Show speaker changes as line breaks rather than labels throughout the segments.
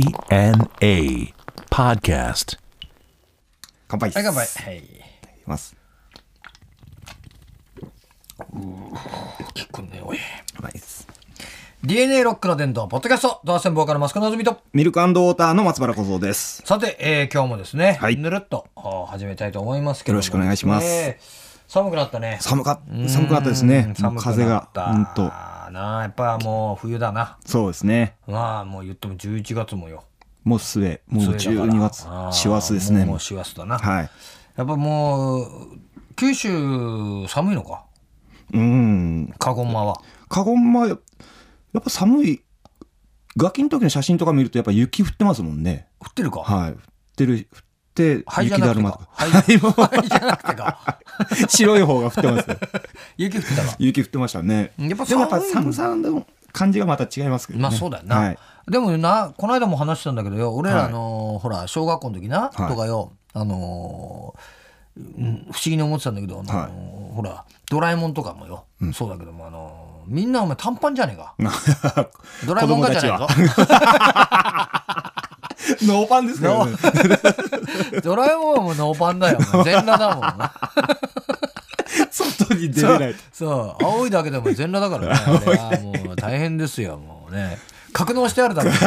DNA Podcast.
乾杯
は
いた
い、乾杯。
だ
はい。
きます
結構ね、おい。
うまいです
DNA ロックの伝道、ポッドキャスト、ドアセンボーカルマスクのぞみと。
ミルクウォーターの松原小僧です
さて、えー今日もですね、
はい
ぬるっとあー始めたいと思いますけども
よろしくお願いします
ね寒くなったね。
寒かっ寒くなったですねもう
寒くなった
風がうんと
なあ、やっぱもう冬だな。
そうですね
まあ、もう言っても11月もよ。
もう末もう
末だから
12月
あー
師走ですね
もうもう師走だな。
はい
やっぱもう、九州寒いのか
うん
カゴンマは。
カゴンマやっぱ寒いガキの時の写真とか見るとやっぱ雪降ってますもんね
降ってるか
はい降ってる降って
灰じゃ
雪だ
なく
る
て
ま
か
とか。
灰灰じゃなくてか。
白い方が降ってますね
雪降ってたか。
雪降ってましたね
やっぱ
でもやっぱ
寒いも
寒
ん
さの感じがまた違いますけどね
まあそうだよな、
はい
でもなこの間も話したんだけどよ俺ら
はい
の、ほら小学校の時な、
はい
とかよあのーうん不思議に思ってたんだけど、あのー
はい
ほら「ドラえもん」とかもよ、そうだけども、あのーみんなお前短パンじゃねえかドラえもんがじゃない
ノーパンですけどね
ぞドラえもんはもうノーパンだよもう全裸だもんな
外に出れない
そう青いだけでも全裸だからねあれはもう大変ですよもうね格納してあるだろう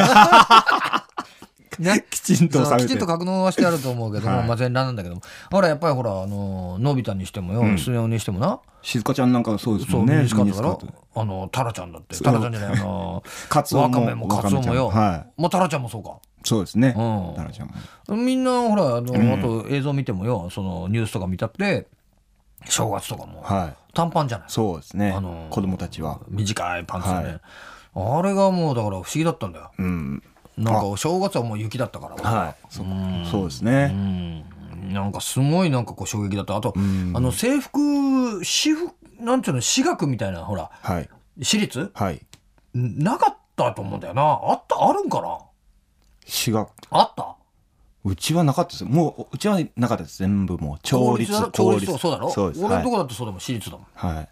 ね
きちんと
そう
収
き
めて
ちんと格納はしてあると思うけども、
はい
まあ全裸なんだけどもほらやっぱりほらあののび太にしてもよ、スネ夫にしてもな
静香ちゃんなんかそうです
そ
も
うん
ね
ミニスカートだ
ミニ
ろ
スカート
あのタラちゃんだってタラちゃんじゃないあの
カツオも
ワカメも
ワ
カ
カメ
ツ
ちゃ
オ
ん
もよ、
は
もうタラちゃんもそうか
そうですね
うん
奈良ちゃんも
みんなほらあの、あと映像見てもよそのニュースとか見たって正月とかも、
はい
短パンじゃない
そうですね
あのー
子供たちは
短いパンツだね、あれがもうだから不思議だったんだよ
うん
なんかお正月はもう雪だったから
いそうそうですね
うんなんかすごいなんかこう衝撃だったあと、あの制服私服なんていうの私学みたいなほら
はい
私立
はい
んなかったと思うんだよなあったあるんかな
私学
あった
うちはなかったですよもううちはなかったです全部もう調律
だろ調律とかそうだろ
そうです
俺
は
の
い
とこだってそうでも私立だもん、
はい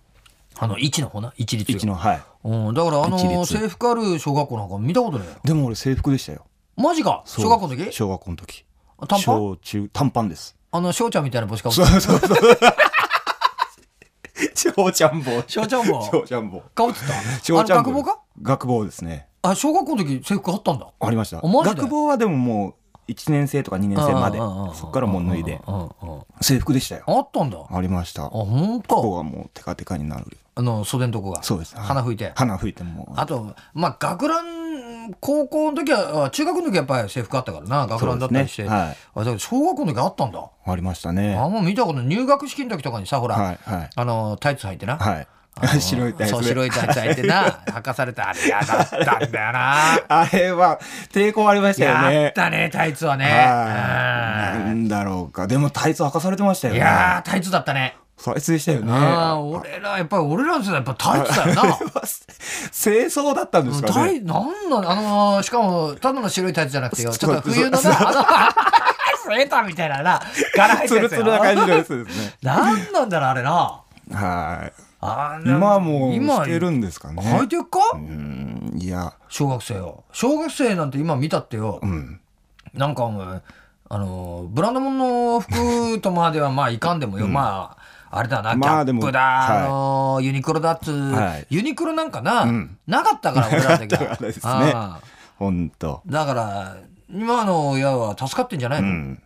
あの一の方な一律
うちのはい
うん、だからあ
一
の
律
制服ある小学校なんか見たことないよ
でも俺制服でしたよ
マジか
そう
小学校の時
小学校の時
あ短パン
小中短パンです
あの翔ちゃんみたいな帽子かぶっ
そうそうそう超ちゃん坊
翔ちゃ んも
超ちゃん坊
かぶって
小
たあの
ちゃん
学
坊
帽か
学帽ですね
あ小学校の時制服あったんだ
ありました
あマジで
学帽はでももう1年生とか2年生まで
うんうんうんうん
そっからもう脱いで
うんうんうん
制服でしたよ
あったんだあ
ありましたこ
本
こ
当
がもうテカテカになる
あの袖のとこが
そうです
鼻吹いて
花吹いても
あとまあ学ラン高校の時はあ中学の時はやっぱり制服あったからな学ランだったりして、
そうですねはい
あだから小学校の時あったんだ
うありましたね
あんま見たことない入学式の時とかにさほら、
はいはい
あのタイツ履いてな、
はい
あの
白いタイ
そう
ツ
白
で
いタイツ履いて な履かされたあれ嫌だったんだよな
あれは抵抗ありましたよ
やっ
ね
たねタイツはね
は
うん
いなんだろうかでもタイツ履かされてましたよ
い
ね
やータイツだったね
タイツでしたよね
ああ
あ
俺らやっぱり俺らの世代やっぱタイツだよ な
清掃だったんですか
タ
ね
イなんなんあのーしかもただの白いタイツじゃなくてよち
ち
ょ
ょ
っと
っと
冬のな
そう
あの セーターみたいなな柄入っ
ツ
てる
ル
や
ツ
つよ
ルな感じのやつですね
なんなんだろうあれな
はい
あーな
今はもう
今
してるんですかね
履いてるか、
うんいや
小学生よ小学生なんて今見たってよ、なんかお前あのーブランド物の服とまではまあいかんでもよ、まああれだな、
まあで
ギャ
も
ップだ、
はい
あのーユニクロだっつ、
はい
ユニクロなんかな、なかったから俺らの 時
なか
は
ったですね
あー
ほんと
だから今の親は助かってんじゃないの、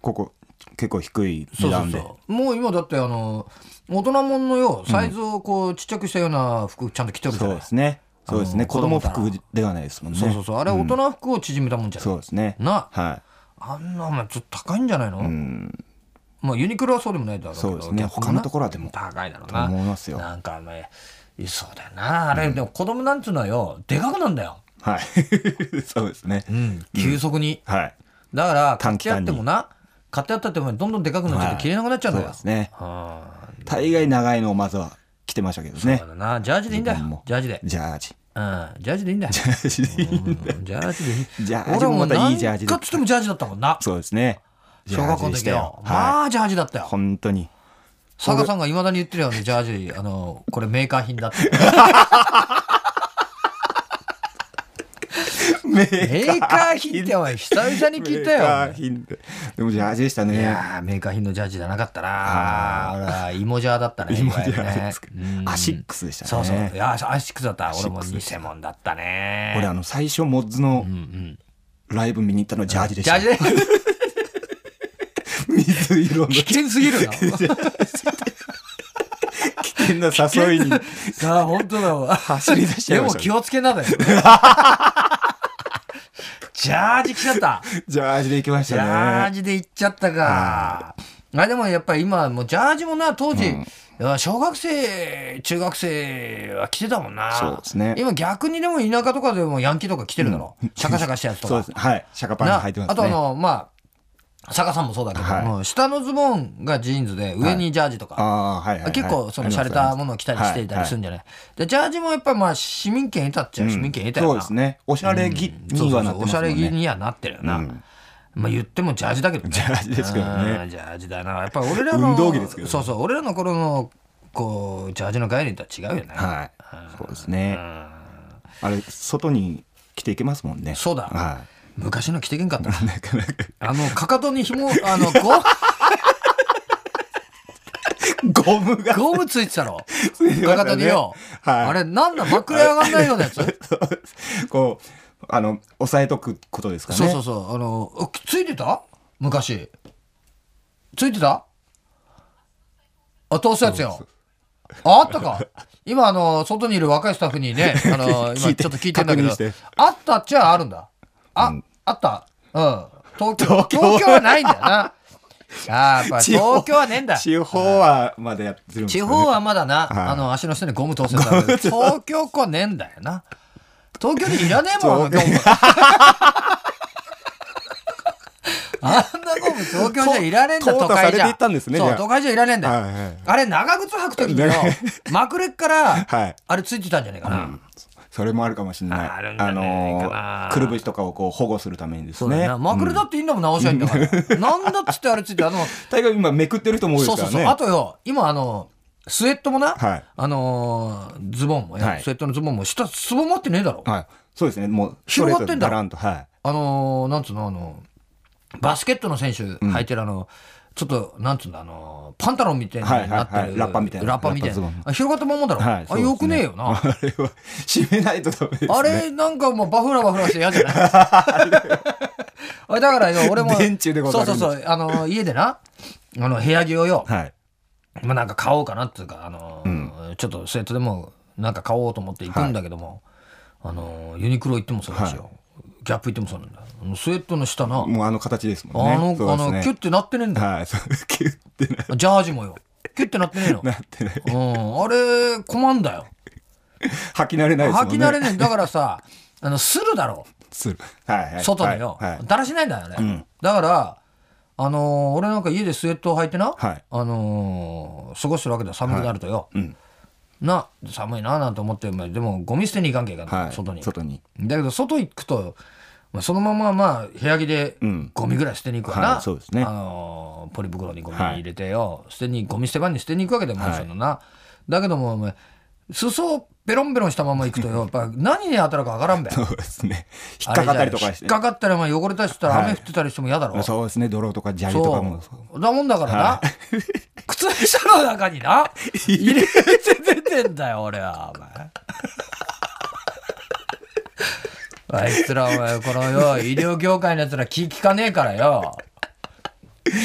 ここ結構低い値
そうそう
段で
そうもう今だってあの大人もんのよサイズをこうちっちゃくしたような服ちゃんと着てるじゃ
そ
な
う
い
ですね
あ
そ
の
うですね
子
子
供
供
から
服ではないですもんね
そうそうそうあれは大人服を縮めたもんじゃない、
そうですね
な
は
あんなお前ちょっと高いんじゃないの、
いうん
まあユニクロはそうでもないだろうけど
そうですね
逆にな
他のところはでも
高いだろうな
と思いますよ
なんかお前そうだよなあれ、でも子供なんつうのはよでかくなんだよ、
はい そうですね
うん、急速に、
はい
だから買
短
って
期
や
間
っ
に
てもな買ってやったってもどんどんでかくなっちゃって
はい
着れなくなっちゃうん
そ
だ
う
よ、
ですね
はあ
大概長いのをまずは着てましたけどね
そうだなジャージでいいんだ
自分
よ
も
ジャージで
ジャージ
うんジャージでいいんだようんジャージでいい
ジャージもまたいいジャージ
俺はもう何
で
かっつってもジャージだったもんな
そうですね
小学校
ジ
の
ャージでした
時よ
は
まあジャージだった
い
よ
本当に
佐賀さんがいまだに言ってるよねジャージあのこれメーカー品だって
メメー
メーカー品ってお前久々に聞いた
メーカー。
よ
品ででもジャージでした
い
ね
やーメーカー品のジャージじゃなかったな。俺は芋ジャーだっ たね。
芋ジャー
いわゆるね
ですか
うん
アシックスでしたね
そうそう。いやーアシックスだった。俺も
アシックスでし
偽物だったね。
俺あの最初モッズのライブ見に行ったのジャージでし
ジ
た、
ャージで
水色の
危険す ぎるな。
危険な誘 いに
さあ、本当だわ。
走り出しちゃいましたね
でも気をつけな だよ。ジャージ着ちゃった。
ジャージで行きまし
ジャ
た
ー
ね
ジで行っちゃったか。あでもやっぱり今、もうジャージもな、当時、小学生、中学生は着てたもんな。
そうですね
今逆にでも田舎とかでもヤンキーとか着てるだろ。シャカシャカしたやつとか。
そうですねはいシャカパン
な
が入ってますね
あとあの、まあ、坂さんもそうだけど、
はい
もう下のズボンがジーンズで、上にジャージとか。
あーはいはいはい
結構その洒落たものを着たりしていたりするん
ん
じゃない、でジャージもやっぱまあ市民権得たっちゃ市民権得たよな、
そうですねおしゃれ着
そう
に
そ
は
う
な
そう
ってま
お
す
しゃ
もんね
れ着にはなってるよな、まあ言ってもジャージだけどね
ジャージですけどね
うんジャージだなやっぱ俺らの
運動着ですけどね
そうそう俺らの頃のこうジャージの概念とは違うよね、
はいそうですねあれ外に着ていけますもんね
そうだ
は
昔の着てけんかったない
なかなか
あのかかとに 紐あのゴ
ゴムが
ゴムついてたろ
ついてましたね
かかとによ、
はい
あれなんだまくれ上がんないようなやつ
こうあの押さえとくことですかね
そうそうそう。あの、おついてた昔。ついてたあ、通すやつよ。ああったか。今、あの、外にいる若いスタッフ にね、あの、今
聞い
ち
て
ょっと聞いてんだけど
確認して、
あったっちゃあるんだ。あ、あった。うん。東京、
東
東京
京
はないんだよ な。ああ、やっぱ
地方
東京はねえんだ。
地方はまだやってるんです
地
かね
方はまだな、
はい
あの、足の下にゴム通せたんだけど、東京こねえんだよな。東京にいらねえもん、あのゴム。 あんなゴム東京じゃいらねえんだ、
と
都会
淘汰さ
じ
れて
ゃ。
いったんですね
そ
じ
う、
ゃあ
都会じゃいらねえんだよ。
はいはい
あれ、長靴履くときによ
ね、
まくれっから、
はい
あれついてたんじゃねえかな。
それもあるかもしれない
あるんじゃないかな
のくるぶしとかをこう保護するためにです
そうだよ
ね
なまくれだっていいんだもん、直しゃいいんだから。なんだっつってあれつ いて、あの、
大概今めくってる人も多いで
そ
す
う
か
そ
ら
う
ね
そう。あとよ、今あの、スウェットもな、
はい
あのーズボンもよ、
はい
スウェットのズボンも下、すぼまってねえだろ。
はいそうですねもう
広がってんだ
ストレートにダランとはい
あのーなんつうの、あのバスケットの選手履いてるあの、ちょっと、なんつうんだ、あのパンタロンみたいに
はいはい
な
はい
ってる、
ラッパみたいな
ラッパみたい
ラッパズボ
な
ン。
あ広がったまんまだろ。
はいそ
あ
うですね
よくねえよな。
あれは締めないとダメですね
あれ、なんかもうバフラバフラして嫌 じゃないあれだからよ、俺も、
電柱でござ
そう
る
そ
ん
う
です
そう、あの家でな、あの部屋着をよ、
はい
まあなんか買おうかなっていうか、あのーちょっとスウェットでもなんか買おうと思って行くんだけども、あのーユニクロ行ってもそうだしよ、ギャップ行ってもそうなんだあのスウェットの下な、
もうあの形ですもんね
あの、
そう
あ
で
の
すね
キュッてなってねえんだよ、
はいそうキュッてな
ジャージもよキュッてなってねえの
なって ね
うんあれ困んだよ
履き慣れないですもん
履
ね
き慣れね えだからさあのするだろ
するはいはい
外によ、
はいはい
だらしないんだよね、だからあのー俺なんか家でスウェットを履いてな、
はい
あのー過ごしてるわけだよ寒くなるとよ、な寒いななんて思ってまあでもゴミ捨てに行かんけいかん、
はい
外に
外に
だけど外行くと、まあ、そのまままあ部屋着で
ん
ゴミぐらい捨てに行くわな、
はいそうですね
あのーポリ袋にゴミ入れてよ、捨てにゴミ捨て場に捨てに行くわけでもンションのな、だけどもお前裾をベロンベロンしたまま行くとよやっぱ何に当たるか分から んべ
そうですね引っかかったりとかして
あれじゃん引っかかったりお前汚れたりしたら
はい
雨降ってたりしても嫌だろ、
そうですね泥とか砂利とかもそう
そうだもんだからな、靴下の中にな入れて出てんだよ俺はお前あいつらお前このよ医療業界のやつら気利かねえからよ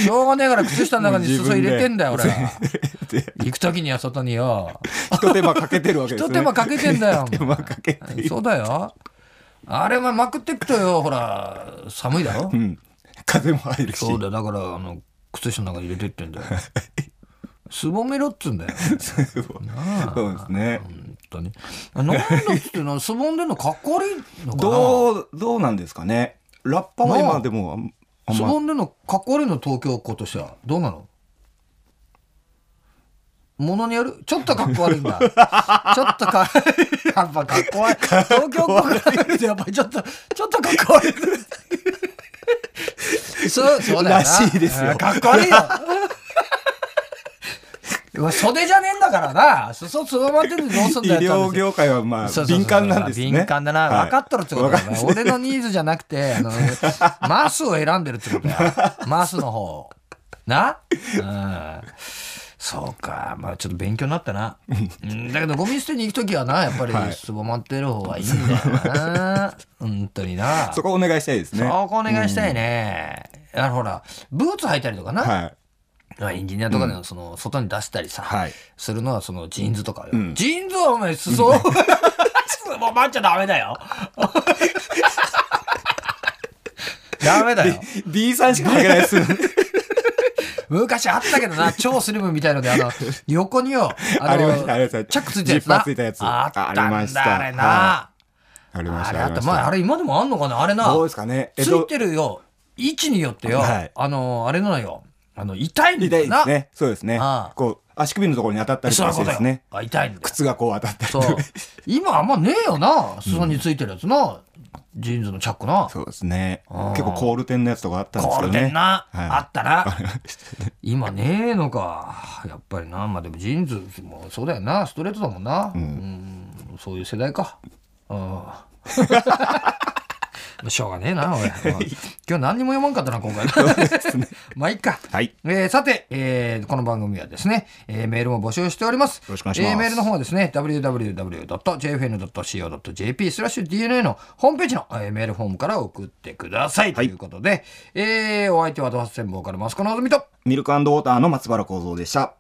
しょうがねえから靴下の中に裾入れてんだよ俺は行く時には外によ
ひと手間かけてるわけです
一
ね
手間かけてんだよ
ひと手間かけ
お前そうだよあれお前まくってくとよほら寒いだろ
うん風も入るし
そうだよだからあの靴下の中に入れてって んだよすぼめろっつうんだよ
そうですね
本当になんだっつってなすぼんでんのかっこ悪いのかな
どうどうなんですかねラッパは今でもあんあん
す
ま
ぼんでんのかっこ悪いの東京っ子としてはどうなのものによるちょっとかっこ悪い んだちょっとかやっぱかっこ悪い東京っ子から見るとやっぱりちょっとちょっとかっこ悪い そうそうだよな
らしいですよ
うんかっこ悪いよ俺袖じゃねえんだからな。裾つぼまっててどうす ん
医
だよって話
療業界はまあ
そうそうそう
敏感なんですね。
敏感だ
は
な。
い
分かっとるってこと
わ
だ
かっ
よね。俺のニーズじゃなくて、あの、マスを選んでるってことだよ。マスの方。なうん。そうか。まあちょっと勉強になったな。うんだけどゴミ捨てに行くときはな、やっぱり
はい
すぼまってる方がいいんだよな。本当にな。
そ
そこ
こお願いしたいですね。
お願いしたいね。あのほら、ブーツ履いたりとかな。
はい。
まあエンジニアとかでもその外に出したりさ、
はい
するのはそのジーンズとかよ、
うん
ジーンズはお前裾を もう待っちゃダメだよダメだよ
B さんしか履けないです。
昔あったけどな超スリムみたいのであの横によ
ありましたありまし
チャ
た
ックついたや
ジ
つな
ッパーついたやつ
あったん
ありまし
だ
た
あれな、
は ありまし
あれ
た。
あったまああ
れ
れ今でもあんのかなあれな
どうですかね。えっ
つい
と
てるよ位置によってよ、
はい
あのあれなのよあの痛いんだ
痛
よ
いで
な
すね。そうですね
ああ。
こう足首のところに当たったりと
そうい
か
う
して
こと
で
よ、
すね。
あ痛いんだよ
靴がこう当たったりと
そう
か。。
今あんまねえよな。裾についてるやつな。ジーンズのチャックな。
そうですね。
ああ
結構コール店のやつとかあったんです
コ
け
ー
ど
ル
ね。
テンな。
はい
あった な。今ねえのか。やっぱりな。まあでもジーンズもそうだよな。ストレートだもんな。うん。そういう世代か。うん。 もうしょうがねえな、俺。今日何にも読まんかったな、今回。 まあいっか。
はい。
えーさて、えーこの番組はですね、えーメールも募集しております。よ
ろしくお願いします
えーメールの方はですね、www.jfn.co.jp スラッシュ DNA のホームページの、えーメールフォームから送ってください。ということで、えーお相手はドハス戦法からマスコのぞみと、
ミルクウォーターの松原幸三でした。